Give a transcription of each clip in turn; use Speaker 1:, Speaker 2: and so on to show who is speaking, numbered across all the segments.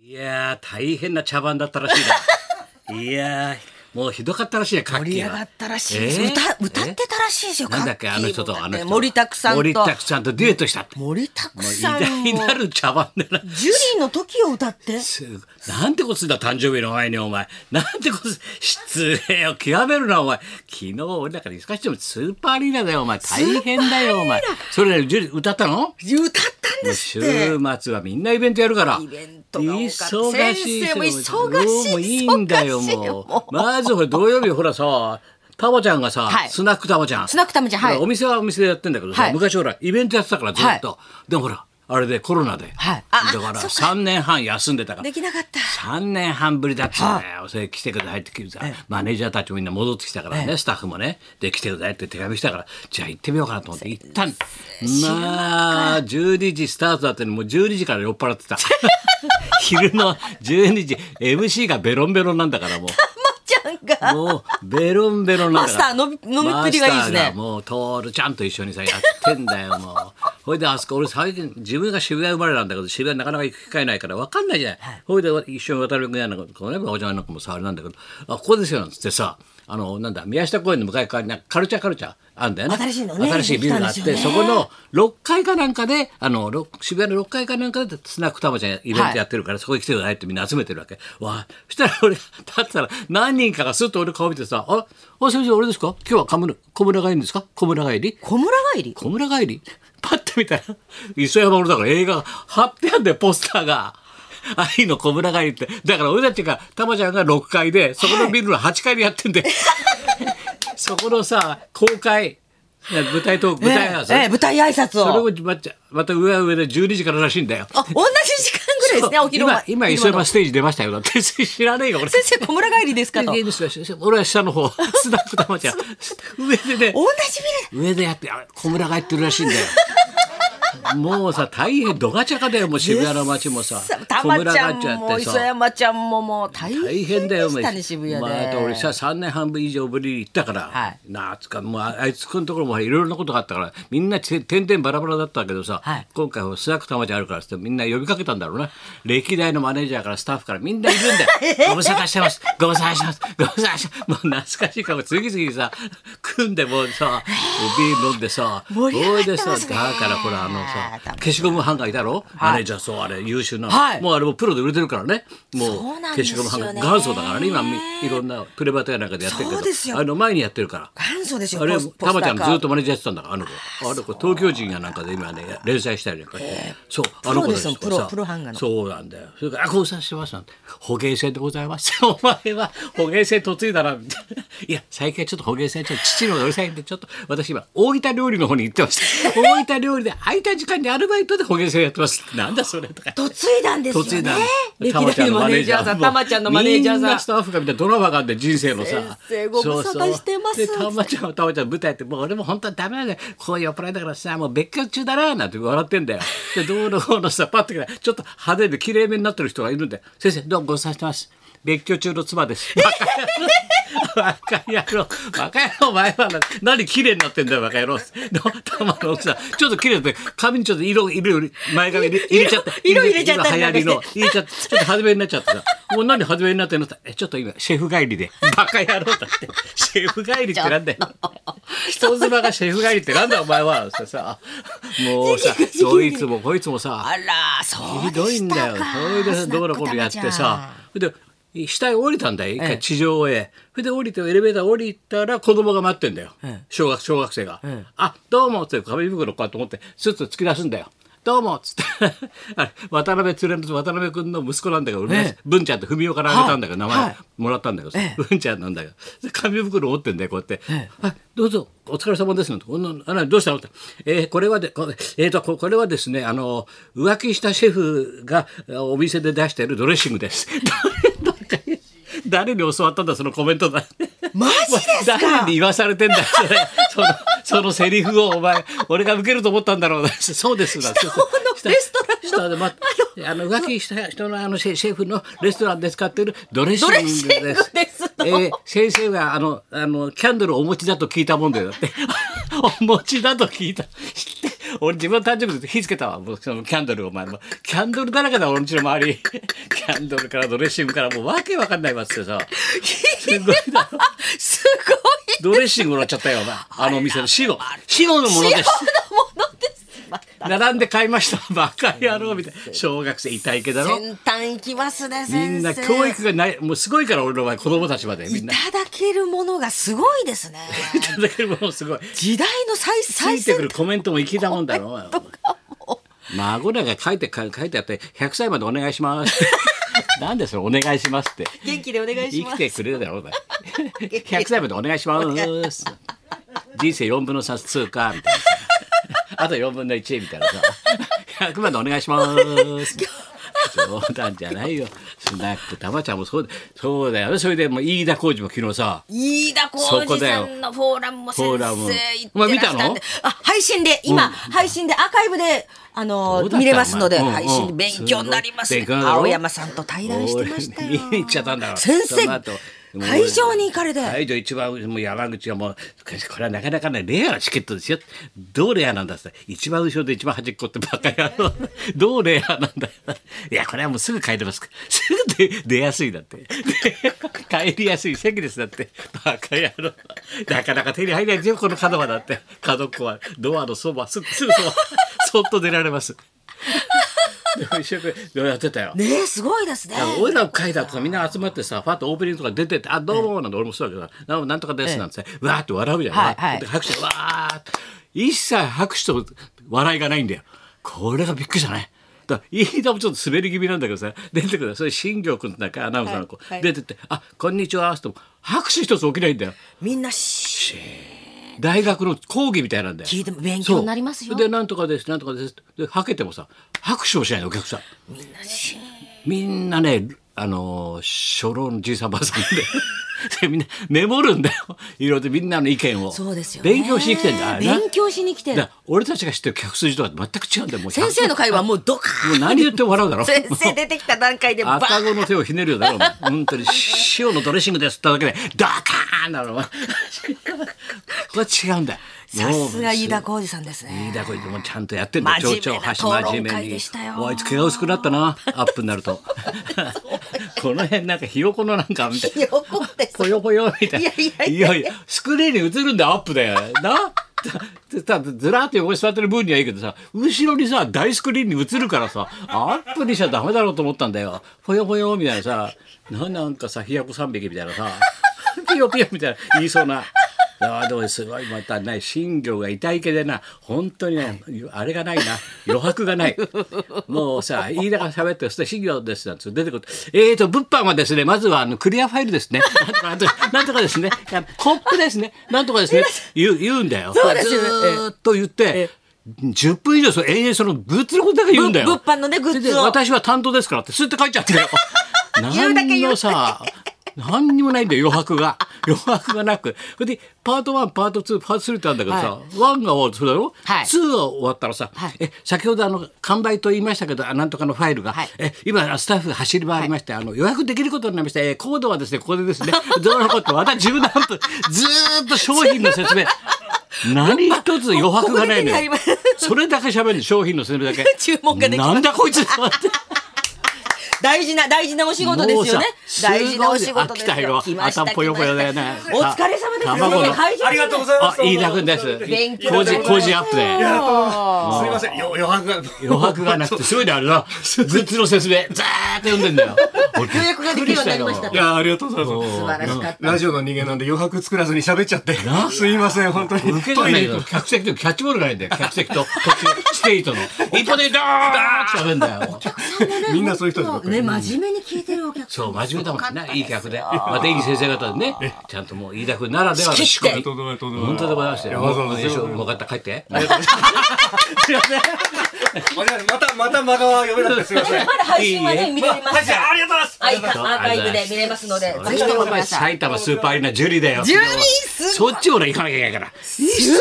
Speaker 1: いやー、大変な茶番だったらしい な。いやー、もうひどかったらしいや、カッ
Speaker 2: 盛
Speaker 1: キ
Speaker 2: り
Speaker 1: ー
Speaker 2: 上が
Speaker 1: は
Speaker 2: っ。たらしいです、
Speaker 1: えー
Speaker 2: 歌歌ってたらしいですよ
Speaker 1: なんだっけ、
Speaker 2: カッ
Speaker 1: あ
Speaker 2: キー
Speaker 1: の人と、
Speaker 2: も
Speaker 1: あの人。
Speaker 2: 森拓さんと
Speaker 1: 森拓さんとデュエットしたって。も
Speaker 2: 森拓
Speaker 1: う偉
Speaker 2: さん
Speaker 1: 大
Speaker 2: も
Speaker 1: なる茶番だな。
Speaker 2: ジュリーの時を歌って
Speaker 1: すなんてことすんだ、誕生日の前に、お前。なんてことす、失礼を極めるな、お前。昨日、俺だから、しかしでもスーパーアリーナだよ、お前。大変だよ、お前。それで、ジュリ歌ったの
Speaker 2: 歌ったん
Speaker 1: もう
Speaker 2: です
Speaker 1: 週
Speaker 2: って
Speaker 1: 末はみんなイベントやるから。
Speaker 2: イベントが多かった
Speaker 1: 忙しい。
Speaker 2: 先生も忙しい
Speaker 1: もういいんだよ、
Speaker 2: 忙しいよ
Speaker 1: も
Speaker 2: も
Speaker 1: う。
Speaker 2: う
Speaker 1: まずほら、土曜日ほらさ、タワちゃんがさ、
Speaker 2: はい
Speaker 1: スナックタワちゃん。
Speaker 2: スナックタワちゃんはい
Speaker 1: ほらお店はお店でやってんだけどさ、
Speaker 2: はい
Speaker 1: 昔ほら、イベントやってたからずっと。でもほら、あれでコロナで。
Speaker 2: はいあ
Speaker 1: だから
Speaker 2: そっか
Speaker 1: 3年半休んでたから
Speaker 2: で。きなかった
Speaker 1: 3年半ぶりだったんだよ。それ来てくださいって聞いてさ、マネージャーたちもみんな戻ってきたからね、スタッフもね。で、来てくださいって手紙したから、じゃあ行ってみようかなと思って行ったんまあ、12時スタートだったのに、もう12時から酔っ払ってた。 昼の12時、MC がベロンベロンなんだからもう。
Speaker 2: まっちゃんが
Speaker 1: もうベロンベロンなんだから
Speaker 2: マスター飲み飲みっぷりがいいです
Speaker 1: マス
Speaker 2: ね
Speaker 1: ターがもうトールちゃんと一緒にさやってんだよ もうほいであそこ俺最近自分が渋谷生まれなんだけど渋谷なかなか行く機会ないから分かんないじゃない、ほいで一緒に渡辺君やなんかこのねおじゃんなんかもさあれなんだけどあここですよなんつってさあのなんだ宮下公園の向かい側になんかカルチャーカルチャーあんだよね
Speaker 2: 新しいのね
Speaker 1: 新しいビルがあって、
Speaker 2: できたんです
Speaker 1: そ
Speaker 2: よね
Speaker 1: この6階かなんかであのろ渋谷の6階かなんかでスナックたまちゃんイベントやってるから、そこに来てくださいってみんな集めてるわけわあそしたら俺立ってたら何人かがすっと俺の顔見てさ「あお先生俺ですか今日は小村小村がいいんですか小村帰り
Speaker 2: 小村帰り
Speaker 1: 小村帰り?」パッて見たら磯山俺だから映画が貼ってあんだよポスターが。愛の小村帰りってだから俺たちがたまちゃんが6階でそこのビルの8階でやってんだよ、そこのさ公開いや舞台トーク舞台合わせ、
Speaker 2: ええええ舞台挨拶
Speaker 1: それ
Speaker 2: を
Speaker 1: もまたまた上は上で12時かららしいんだよ。
Speaker 2: あ同じ時間ぐらいですねお昼
Speaker 1: 今
Speaker 2: 間
Speaker 1: 今磯
Speaker 2: 昼
Speaker 1: 山
Speaker 2: 間の
Speaker 1: ステージ出ましたよだって知らねえよ俺。
Speaker 2: 先生小村帰りですかと
Speaker 1: い
Speaker 2: 同
Speaker 1: いですよ俺は下の 方スナックたまちゃん上でね
Speaker 2: じ
Speaker 1: 上でやってあ小村がやってるらしいんだよ。もうさ大変どがちゃかだよもう渋谷の街もさ
Speaker 2: ビルたまちゃん
Speaker 1: 小村
Speaker 2: も磯山ちゃんももう大
Speaker 1: 大変
Speaker 2: 変
Speaker 1: だ
Speaker 2: で
Speaker 1: よ
Speaker 2: したね渋谷で、
Speaker 1: まあ、あと俺さ3年半分以上ぶりに行ったから、
Speaker 2: はい
Speaker 1: なつかもうああいつくんところもいろいろなことがあったからみんなて点々バラバラだったけどさ、
Speaker 2: はい
Speaker 1: 今回はスナックたまちゃんあるからっつってみんな呼びかけたんだろうな歴代のマネージャーからスタッフからみんないるん だよご無沙汰してますご無沙汰してますご無沙汰してますもう懐かしいから次々さ組んでもうさビール飲んでさ
Speaker 2: 盛り上がって
Speaker 1: それ
Speaker 2: ま
Speaker 1: ですさ
Speaker 2: ね
Speaker 1: だからほらあの
Speaker 2: 多
Speaker 1: さ
Speaker 2: 分
Speaker 1: 消しゴムハンガーいたろ、マネージャーそうあれ優秀なの、
Speaker 2: はい
Speaker 1: もうあれもプロで売れてるからねもう
Speaker 2: そうな
Speaker 1: 消
Speaker 2: んで
Speaker 1: し
Speaker 2: す
Speaker 1: ゴ
Speaker 2: よ
Speaker 1: ム
Speaker 2: ね
Speaker 1: ハンガー元祖だからね今みいろんなプレバトやなんかでやってるけ
Speaker 2: そうです
Speaker 1: ど
Speaker 2: よ
Speaker 1: あの前にやってるから
Speaker 2: 元祖ですよ
Speaker 1: あれ
Speaker 2: ポスポ
Speaker 1: た
Speaker 2: ス
Speaker 1: ま
Speaker 2: タ
Speaker 1: ちゃ
Speaker 2: ー
Speaker 1: ん
Speaker 2: が
Speaker 1: ずっとマネージャーやってたんだからあの子あの子東京人やなんかで今ね連載したりなんかしてそうあの子たちと
Speaker 2: プロですよプロ
Speaker 1: さ
Speaker 2: プロハンガーの
Speaker 1: そうなんだよそれから「あご無沙汰してます」なんて「捕鯨船でございます」お前は捕鯨船嫁いだな」みたいな「いや最近はちょっと捕鯨船ちょっと父の方がうるさいんでちょっと私今大分料理の方に行ってました大分料理で空いた時間にアルバイトで捕鯨船やってます」なんだそれ」とか。
Speaker 2: 嫁いだんですよ
Speaker 1: 突然
Speaker 2: ね
Speaker 1: だ
Speaker 2: 歴代のマネージャーさんたまちゃんのマネージャー
Speaker 1: みん
Speaker 2: さ
Speaker 1: なんスタッフがみんなドラマがあって人生のさ
Speaker 2: 先生ご無沙汰してます
Speaker 1: そうそうでたまちゃんはたまちゃん舞台ってもう俺も本当はダメなんだよこう酔っ払いだからさもう別居中だななんて笑ってん だよでどうのこうのさパッと来たらちょっと派手で綺麗めになってる人がいるんだよ先生どうもご無沙汰してます別居中の妻です。バカ野郎、バカ野郎、お前はな何綺麗になってんだよ、バカ野郎。のたまの奥さん、ちょっと綺麗だって、髪にちょっと色、色より前髪に入れちゃった。
Speaker 2: 色入れちゃった
Speaker 1: 今
Speaker 2: り
Speaker 1: 流
Speaker 2: な
Speaker 1: 行
Speaker 2: んか
Speaker 1: り
Speaker 2: して
Speaker 1: の。言えちゃって、ちょっと派手めになっちゃってさ。もう何派手めになってんのってえ、ちょっと今、シェフ帰りで。バカ野郎だって。シェフ帰りってなんだよ。人妻がシェフ帰りってなんだよお前は。そしたらさ、もうさ、そいつもこいつもさ、
Speaker 2: あらそう
Speaker 1: ひどいんだよ。それでさ、どこのことやってさ。それで、下へ降りたんだよ。一回地上へ。それで降りて、エレベーター降りたら子供が待ってんだよ。小学、小学生が。あ、どうもっつって、紙袋こうやって持って、スッと突き出すんだよ。どうもっつって あれ渡辺連れの渡辺君の息子なんだけど俺ね
Speaker 2: ええ
Speaker 1: 文ちゃんって文雄からあげたんだけど名
Speaker 2: はいは
Speaker 1: 前
Speaker 2: い
Speaker 1: もらったんだけどさ
Speaker 2: ええ
Speaker 1: 文ちゃんなんだけどで紙袋持ってんだよこうやって
Speaker 2: え
Speaker 1: 「はいどうぞお疲れ様です」なんてこんなあなどうしたの?」って「えーこれはでこ,、えー、とここれはですねあの浮気したシェフがあお店で出しているドレッシングです」 どうか誰に教わったんだそのコメントだ
Speaker 2: マジですか
Speaker 1: 誰に言わされてんだそれそのそのセリフをお前俺が受けると思ったんだろうなそうですなんて
Speaker 2: 下のレストランの
Speaker 1: 下で待ってあの浮気した人のあのシェシェフのレストランで使っているドレッシングです
Speaker 2: ドレッシングです
Speaker 1: えー先生があの あのキャンドルをお持ちだと聞いたもんでだってお持ちだと聞いた知って俺自分の誕生日で火つけたわ。もうそのキャンドル、お前もう。キャンドルだらけだ、俺んちの周り。キャンドルからドレッシングからもうわけわかんないわっつってさ。すごいな。
Speaker 2: す
Speaker 1: ドレッシングもらっちゃったよ、お前。あのお店の白。白のもの
Speaker 2: ごい。
Speaker 1: です。
Speaker 2: のものです。また
Speaker 1: 並んで買いました。バカ野郎みたいな。小学生、痛いけだろ。
Speaker 2: 先端行きますね、
Speaker 1: みん
Speaker 2: 先生。
Speaker 1: な教育がない、もうすごいから俺の場合、子供たちまでみん
Speaker 2: い
Speaker 1: な。
Speaker 2: ただけるものがすご いですね。
Speaker 1: いただけるものすごい。
Speaker 2: 時代の最
Speaker 1: つ
Speaker 2: 最
Speaker 1: いて
Speaker 2: 先
Speaker 1: くるコメントも生きたもんだろ。お前
Speaker 2: 端とかも。
Speaker 1: 孫らが書いて書いてあって100歳までお願いします なんでそれお願いしますって
Speaker 2: 元気でお願い
Speaker 1: 生
Speaker 2: しま
Speaker 1: き
Speaker 2: す。
Speaker 1: てくれるだろう な100歳までお願いします人生4分の3通過みたいなさあと4分の1みたいなさ100までお願いします冗談じゃないよスナックたまちゃんもそうだそうだよねそれでもう飯田浩二も昨日さ
Speaker 2: 飯田浩二さんのフォーラムも先生
Speaker 1: そこだよ
Speaker 2: 行
Speaker 1: フォーラム
Speaker 2: ってらした
Speaker 1: お前
Speaker 2: ん
Speaker 1: 見
Speaker 2: で、あ配信で今、配信でアーカイブであ
Speaker 1: ど
Speaker 2: の
Speaker 1: うだった
Speaker 2: 見れますので、
Speaker 1: お前うんうん
Speaker 2: 配信で勉強になりますね
Speaker 1: すごい勉強だろ
Speaker 2: 青山さんと対談してましたよ。
Speaker 1: 俺見に行っちゃったんだから
Speaker 2: 先
Speaker 1: その
Speaker 2: 生
Speaker 1: 後もう
Speaker 2: 会場に行かれて、
Speaker 1: 会場一番もう山口はもうこれはなかなかねレアなチケットですよどうレアなんだっつって一番後ろで一番端っこってバカ野郎どうレアなんだいやこれはもうすぐ帰れますからすぐで出やすいだってで帰りやすい席ですだってバカ野郎なかなか手に入らないですよこの角はだって角っこはドアのそばすぐすぐそばそっと出られますでも一生懸命やってたよ
Speaker 2: ねえすごいですね。
Speaker 1: だから俺らの会だとかみんな集まってさ、ファッとオープニングとか出てって、あ、どうもなんて俺もそうだけどさ、なんなんとかですなんてさ、わーって笑うじゃない、
Speaker 2: はいはい
Speaker 1: で拍手でわーって。一切拍手と笑いがないんだよ。これがびっくりじゃないだから飯田もちょっと滑り気味なんだけどさ出てくるそれ新庄君なんかアナウンサーの子、
Speaker 2: はいはい
Speaker 1: 出てって「あこんにちは」って言っても拍手一つ起きないんだよ
Speaker 2: みんなし
Speaker 1: 大学の講義みたいなんだよ
Speaker 2: 聞いても勉強になりますよ
Speaker 1: そう。でなんとかですなんとかですではけてもさ拍手をしないのお客さん
Speaker 2: みんなし
Speaker 1: みんなね、あのー、初老のじいさんばあさんで。で みんなメモるんだよいろいろとみんなの意見を
Speaker 2: そうですよ、ね。
Speaker 1: 勉強しに来てんだあれな
Speaker 2: 勉強しに来て
Speaker 1: だ
Speaker 2: る
Speaker 1: か。ら俺たちが知ってる客筋とは全く違うんだよもう
Speaker 2: 先生の会はもうドカーン
Speaker 1: もう何言っても笑うだろ
Speaker 2: 先生出てきた段階でバーン
Speaker 1: 赤子の手をひねるようだろお前本当に塩のドレッシングですって言っただけでドカーンだろ お前これ違うんだよ
Speaker 2: さすが飯田
Speaker 1: も
Speaker 2: 浩二さんです
Speaker 1: う
Speaker 2: ね。
Speaker 1: 飯田子もちゃんとやってんだ
Speaker 2: 真面
Speaker 1: 町
Speaker 2: 目
Speaker 1: 長
Speaker 2: な
Speaker 1: 橋真面
Speaker 2: 討論
Speaker 1: 目
Speaker 2: 会
Speaker 1: に
Speaker 2: でしたよ
Speaker 1: おあいつ毛が薄くなったなアップになる とこの辺なんかひよこのなんかみ たいな
Speaker 2: 横です
Speaker 1: ぽよぽよみたいな。
Speaker 2: いやいやいや
Speaker 1: いやいやスクリーンに映るんだよアップで。な たたずらーっと横に座ってる分にはいいけどさ後ろにさ大スクリーンに映るからさアップにしちゃダメだろうと思ったんだよぽよぽよみたいなさななんかさひやこ3匹みたいなさ ピヨピヨみたいな言いそうな。 ああでもすごいまたね新庄が痛いけでな本当にねあれがないな余白がない もうさ飯田が喋ってそして新庄ですなんて出てくるえーと物販はですねまずはあのクリアファイルですねなんとかなんとかなんとかですねあのコップですねなんとかですね言う言うんだよ
Speaker 2: そうですよね
Speaker 1: ずーっと言って10分以上それ延々そのグッズのことだけ言うんだよ
Speaker 2: ぶ物販のねグッズ
Speaker 1: で
Speaker 2: を
Speaker 1: 私は担当ですからってスッて書いちゃってよ
Speaker 2: 言うだ
Speaker 1: 何
Speaker 2: け言うだけ
Speaker 1: のさ何にもないんだよ余白が余白がなくそれでパート1パート2パート3ってあるんだけどさ、
Speaker 2: は
Speaker 1: 1が終わるそれだろ、
Speaker 2: はい
Speaker 1: 2が終わったらさ、
Speaker 2: はい
Speaker 1: え先ほどあの完売と言いましたけどあなんとかのファイルが、
Speaker 2: はい
Speaker 1: え今スタッフが走り回りまして、あの予約できることになりました、えーコードはですねここでですねどうのこうってまた10何分ずーっと商品の説明何一つ余白がないのよ
Speaker 2: ここでね
Speaker 1: それだけ喋るの商品の説明だけ
Speaker 2: 注文ができます
Speaker 1: なんだこいつ
Speaker 2: 大事な大事なお仕事ですよね
Speaker 1: もうさ
Speaker 2: 大事なお仕事です
Speaker 1: すごい
Speaker 2: よ
Speaker 1: あ来たよ頭ぽよぽよだよね
Speaker 2: お疲れ様です
Speaker 1: 卵の
Speaker 2: 先生会場
Speaker 3: ありがとうござい
Speaker 1: あ
Speaker 3: ます。
Speaker 1: 飯田君です
Speaker 2: 勉強
Speaker 1: 工
Speaker 2: に
Speaker 1: 事
Speaker 2: なりました
Speaker 1: 工事アップで
Speaker 3: やあすみません。よ余白が。
Speaker 1: 余白がなくてすごいねあれなグッズの説明ザーって読んでんだよ
Speaker 2: 予約ができるようになりました
Speaker 3: いやありがとうございます。
Speaker 2: 素晴らしかっ
Speaker 3: ラジオの人間なんで余白作らずに喋っちゃって。すいません本当に。
Speaker 1: 受けがないよ
Speaker 3: トイレ行く
Speaker 1: 客席とキャッチボールがないんだよ客席と途中ステイとの一歩でドーンって喋んだよ
Speaker 2: た
Speaker 3: みんなそういう人たちばっかり
Speaker 2: ね真面目に聞いてるお客さ
Speaker 1: そう真面目だもんねいい客でまたいい先生方でねちゃんともう飯田君ならではの仕
Speaker 3: あ
Speaker 1: 込
Speaker 3: り
Speaker 1: み
Speaker 3: がとうございます。
Speaker 1: 本当でございましたよ。
Speaker 3: いやわざわ
Speaker 1: も
Speaker 3: ざ
Speaker 1: う
Speaker 3: すいません
Speaker 1: もう分かった帰って。
Speaker 3: また、また真顔呼べなくてすみません。
Speaker 2: まだ配信はい
Speaker 1: い
Speaker 2: ね、
Speaker 1: え
Speaker 2: 見れま
Speaker 3: はい
Speaker 2: す
Speaker 3: じゃあありがとうございます。
Speaker 2: はい、アーカイブで見れますので、ぜひとも見てください。
Speaker 1: 埼玉スーパーアリーナジュリーだよ。
Speaker 2: ジュリー
Speaker 1: 昨日は
Speaker 2: す
Speaker 1: そっち俺行かなきゃいけないから。忙し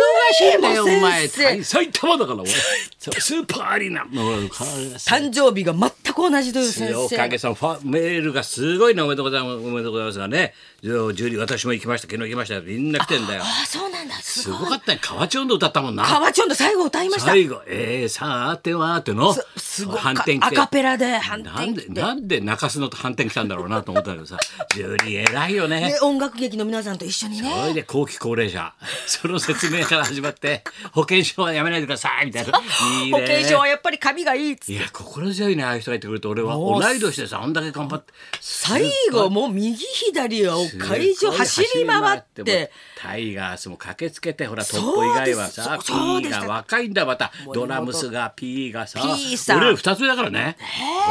Speaker 1: いんだよお前。
Speaker 2: 先生
Speaker 1: 大埼玉だから俺。 そうスーパーアリーナ。もう
Speaker 2: 誕生日が全く同じという先
Speaker 1: おかげ
Speaker 2: 生。
Speaker 1: さまファメールがすごいなおめでとうございますおめでとうございますがね。ジュリー私も行きました昨日行きましたみんな来てんだよ。
Speaker 2: あ、そうなんだ。す
Speaker 1: す
Speaker 2: ご
Speaker 1: ご
Speaker 2: い。
Speaker 1: かったね河内音頭歌ったもんな。
Speaker 2: 川ちょんと最後歌いました。
Speaker 1: 最後、えー、さてはての
Speaker 2: すごい。
Speaker 1: 反転来
Speaker 2: ア
Speaker 1: て
Speaker 2: カペラで反
Speaker 1: な
Speaker 2: 転
Speaker 1: ん
Speaker 2: 来
Speaker 1: で
Speaker 2: て。
Speaker 1: なんで中洲のと反転来たんだろうなと思ったけど さジュリー偉いよね
Speaker 2: で、音楽劇の皆さんと一緒にね。
Speaker 1: それで後期高齢者その説明から始まって保険証はやめないでくださいみたいないいね
Speaker 2: 保険証はやっぱり髪がいいっつ
Speaker 1: いや心強いねああいう人がいてくれて俺は
Speaker 2: も
Speaker 1: 同
Speaker 2: う
Speaker 1: い年でさあんだけ頑張って
Speaker 2: 最後もう右左を会場走り回って
Speaker 1: タイガースも駆けつけてほらトップ以外はさ
Speaker 2: そうそうそう
Speaker 1: P
Speaker 2: でした
Speaker 1: が若いんだまたドラムスが P がさ
Speaker 2: P さん
Speaker 1: 俺より2つ上だからね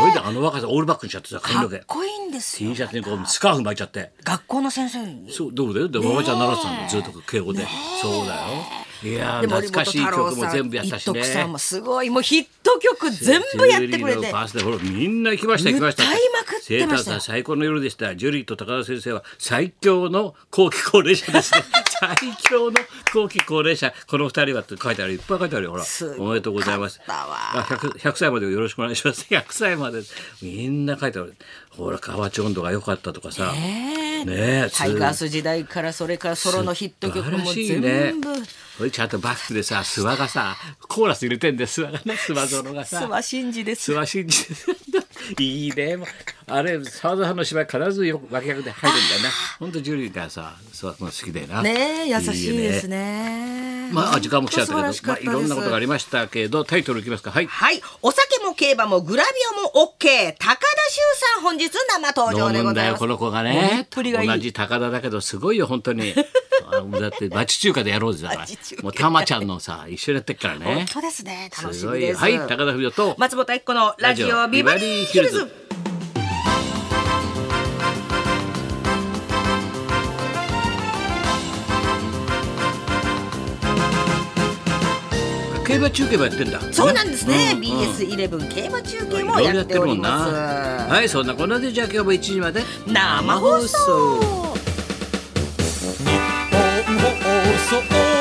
Speaker 1: それであの若さオールバックにしちゃってさ髪
Speaker 2: か
Speaker 1: の
Speaker 2: っ
Speaker 1: 毛
Speaker 2: こいいんですよ
Speaker 1: T シャツにこうスカーフ巻いちゃって
Speaker 2: 学校の先生に
Speaker 1: そうどうだよでママちゃん習ってたんだよずっと敬語でそうだよいやー懐かしい曲も全部やったし
Speaker 2: 一徳さん
Speaker 1: ね
Speaker 2: もすごいもうヒット曲全部やってくれ
Speaker 1: ジュリーの
Speaker 2: て
Speaker 1: パースでほらみんな行きました行きました
Speaker 2: 歌いまくってましたよ
Speaker 1: 生誕祭最高の夜でしたジュリーと高田先生は最強の後期高齢者ですね 最強の後期高齢者この二人はって書いてあるいっぱい書いてあるよほら
Speaker 2: すごかった
Speaker 1: お
Speaker 2: わ
Speaker 1: めでとうございますあ 100, 100歳までよろしくお願いします100歳 までみんな書いてあるほら河内温度が良かったとかさ、
Speaker 2: ねえ
Speaker 1: ねえ
Speaker 2: タイガース時代からそれからソロのヒット曲も全
Speaker 1: 素晴
Speaker 2: 部、
Speaker 1: らしいねそれちゃんとバックでさ諏訪がさコーラス入れてんだよ諏訪が ね諏訪園がさ
Speaker 2: 諏訪真嗣です
Speaker 1: 諏訪真嗣い いねあれ沢田さんの芝居必ずよ脇役で入るんだよな本当ジュリーがさ諏訪君好きだよな
Speaker 2: ねえ優しいです
Speaker 1: ね
Speaker 2: ね
Speaker 1: まあ時間も来ちゃったけど
Speaker 2: 本当素晴
Speaker 1: ま
Speaker 2: ら
Speaker 1: あ
Speaker 2: し
Speaker 1: い
Speaker 2: かったです
Speaker 1: ろんなことがありましたけどタイトルいきますかはい
Speaker 2: はい。お酒も競馬もグラビアも OK。高田修さん本日生登
Speaker 1: どう
Speaker 2: 場で
Speaker 1: な
Speaker 2: ご
Speaker 1: んだ
Speaker 2: ざい
Speaker 1: よ
Speaker 2: ます。
Speaker 1: この子が
Speaker 2: もう
Speaker 1: ね
Speaker 2: っぷりがいい
Speaker 1: 同じ高田だけどすごいよ本当に あのだって町中華でやろうぜだから
Speaker 2: 町中華
Speaker 1: もうたまちゃんのさ一緒にやってっからね
Speaker 2: 本当ですね。楽し
Speaker 1: すご
Speaker 2: み
Speaker 1: い
Speaker 2: で
Speaker 1: よ
Speaker 2: す。
Speaker 1: はい高田文夫と
Speaker 2: 松本明子のラジオビバリーヒルズ。
Speaker 1: 競馬中継もやってんだ
Speaker 2: そうなんですね。
Speaker 1: うん
Speaker 2: BS11 競馬中継
Speaker 1: い
Speaker 2: も
Speaker 1: ろいろ
Speaker 2: や
Speaker 1: や
Speaker 2: っ
Speaker 1: ってて
Speaker 2: お
Speaker 1: るも
Speaker 2: り
Speaker 1: んな
Speaker 2: ま。
Speaker 1: はいそんなこんなでじゃあ今日も1時まです
Speaker 2: 生放送。
Speaker 3: 放送